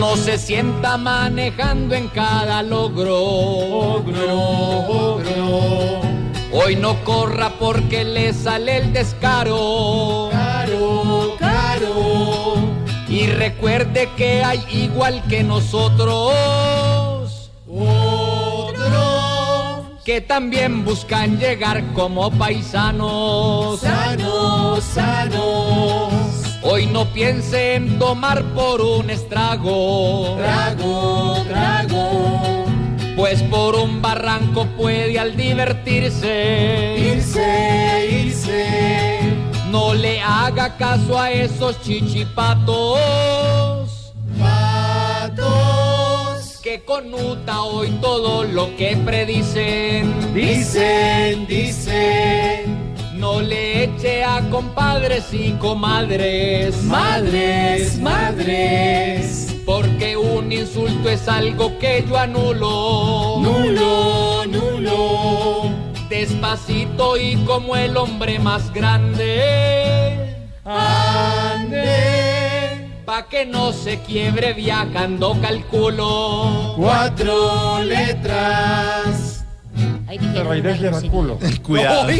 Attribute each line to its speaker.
Speaker 1: No se sienta manejando en cada logro. Hoy no corra porque le sale el descaro. Caro, caro. Y recuerde que hay igual que nosotros. Otros. Que también buscan llegar como paisanos. Sanos, sanos. Hoy no piense en tomar por un estrago. Trago, trago. Pues por un barranco puede al divertirse. Irse, irse. No le haga caso a esos chichipatos. Patos. Que conuta hoy todo lo que predicen. Dicen, dicen. No le eche a compadres y comadres. Madres, madres. Porque un insulto es algo que yo anulo. Nulo, nulo. Despacito y como el hombre más grande. Ande. Pa' que no se quiebre viajando calculo. Cuatro letras.
Speaker 2: Ahí dijeron,
Speaker 3: Cuidado.